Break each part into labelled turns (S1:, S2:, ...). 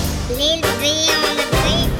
S1: Little D on the beat.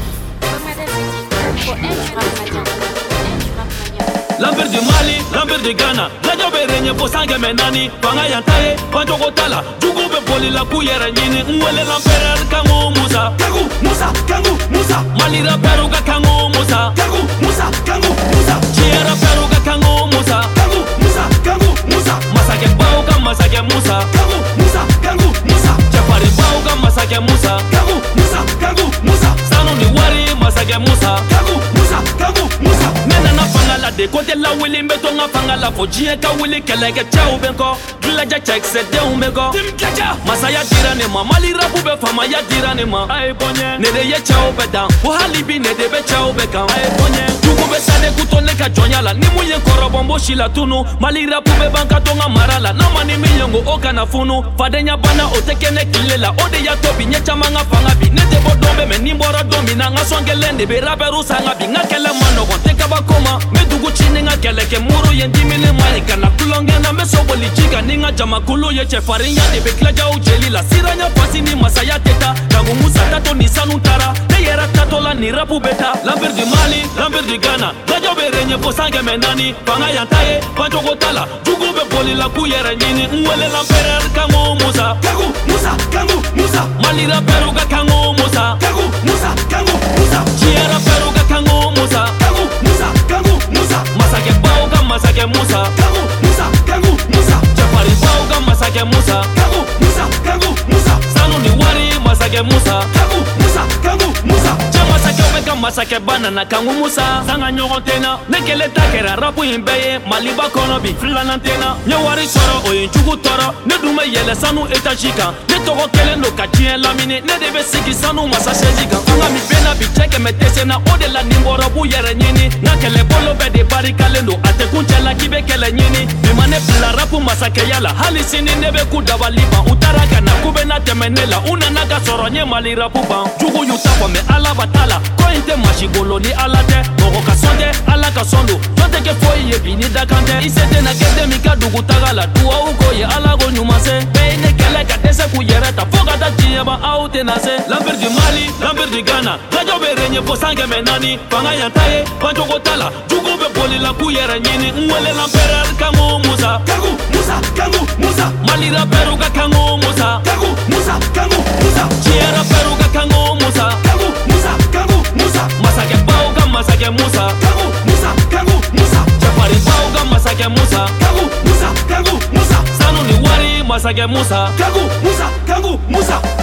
S2: lambert de mali lambert de pues, ghana radio be renye fo sange mɛ naani fanga yan ta ye fancogo t'a la jugu be bolila k'u yɛrɛ ɲini n wele lanpɛrɛr kango musa
S3: Kangu Musa, Kangu Musa,
S2: malira pɛrɛw ka kango musa
S3: Kangu Musa, Kangu Musa,
S2: tiɲɛra pɛrɛw ka kango musa
S3: Kangu Musa, Kangu Musa,
S2: masakɛbaw ka masakɛ musa
S3: Kangu Musa, Kangu Musa,
S2: cɛfaribaw ka masakɛ musa
S3: Kangu Musa, Kangu Musa,
S2: sanu ni wari masakɛ musa
S3: Kangu Musa, Kangu Musa.
S2: ne nana fanga la de ko tɛ lawuli n bɛ to n ka fanga la fo diɲɛ ka wuli kɛlɛkɛcɛw bɛ n kɔ dilajɛ cɛkisɛdenw bɛ n kɔ
S3: Tim Kaja,
S2: masaya dira ne ma mali rabu bɛ faamaya dira ne ma a ye bɔɲɛ ne de ye cɛw bɛɛ dan ko hali bi ne de bɛ cɛw bɛɛ kan a ye bɔɲɛ jugu bɛ sade k'u to ne ka jɔnya la ni mun ye kɔrɔbɔ n b'o si la tunu mali rabu bɛ ban ka to n ka mara la n'a ma ni min ye n ko o kana funu fadenya banna o tɛ kɛ ne kile la o de y'a to bi ɲɛ caman ka fanga bi ne tɛ bɔ don bɛɛ mɛ ni n bɔra don min na n ka sɔn kelen de bɛ rapɛriw sanga bi n ka kɛlɛ ma nɔgɔn tɛ kabako ma n bɛ dugu ci ni n ka kɛlɛkɛ muru ye n dimili ma ye kana kulonkɛ na n bɛ soboli ji kan ni n ka jamakulu ye cɛfarinya de bɛ tilajaw jeli la siranya fasi ni masaya tɛ ta kango musa tato ni sanu taara ne yɛrɛ tatɔ la ni rapu bɛ ta lanbiri di mali lanbiri di gana lajɔ bɛ renye fo san kɛmɛ naani fanga yan ta ye fancogo t'a la jugu bɛ bolila k'u yɛrɛ ɲini n wele lanpɛrɛr kango musa
S3: Kangu Musa, Kangu Musa,
S2: mali rapɛriw ka kango musa
S3: Kangu Musa, Kangu Musa,
S2: diɲɛ rapɛriw ka kango musa
S3: Kangu Musa, Kangu Musa,
S2: masakɛbaw ka masakɛ musa
S3: Kangu Musa, Kangu Musa,
S2: jafaribaw ka masakɛ musa
S3: Kangu Musa, Kangu Musa,
S2: sanu ni wari masakɛ musa
S3: Kangu Musa, Kangu Musa.
S2: cɛ masakɛw bɛ ka masakɛba nana kangu musa sanga ɲɔgɔn tena ne kelen ta kɛra rapu in bɛɛ ye maliba kɔnɔ bi filanan tena n ye wari sɔrɔ o ye jugu tɔɔrɔ ne dun bɛ yɛlɛ sanu etaji kan ne tɔgɔ kelen don ka diɲɛ lamini ne de bɛ sigi sanu masa sɛji kan fanga min bɛnna bi cɛ kɛmɛ tɛ senna o de la nin bɔrɔ b'u yɛrɛ ɲini n ka kɛlɛbolo bɛɛ de barikalen don a tɛ kun cɛ la k'i bɛ kɛlɛ ɲini bi ma ne bila rapu masakɛya la hali sini ne bɛ k'u dabali ban u taara ka na k'u bɛna tɛmɛ ne la u nana ka sɔrɔ n ye mali rapu ban jugu y'u ta fɔ mɛ ala ba t'a la ko in tɛ masi bolo ni ala tɛ mɔgɔ ka sɔn tɛ ala ka sɔn don jɔn tɛ kɛ foyi ye bi ni dakan tɛ i se tɛna kɛ den min ka dugu taga la duwawu ko ye ala ko ɲuman se bɛɛ ye ne kɛlɛ ka dɛsɛ k'u yɛrɛ ta fɔɔ ka taa tiɲɛba aw tɛna se lanbiri di mali lanbiri di gana lajɔ bɛ renye fo san kɛmɛ naani fanga yan ta ye fancogo t'a la jugu bɛ bolila k'u yɛrɛ ɲini n wele lanpɛrɛr kango musa
S3: Kangu Musa, Kangu Musa,
S2: mali rapɛriw ka kango musa
S3: Kangu Musa, Kangu Musa,
S2: diɲɛ rapɛriw ka kango musa
S3: Kangu Musa, Kangu Musa,
S2: masakɛbaw ka masakɛ musa
S3: Kangu Musa, Kangu Musa,
S2: jafaribaw ka masakɛ musa
S3: Kangu Musa, Kangu Musa,
S2: sanu ni wari masakɛ musa
S3: Kangu Musa, Kangu Musa.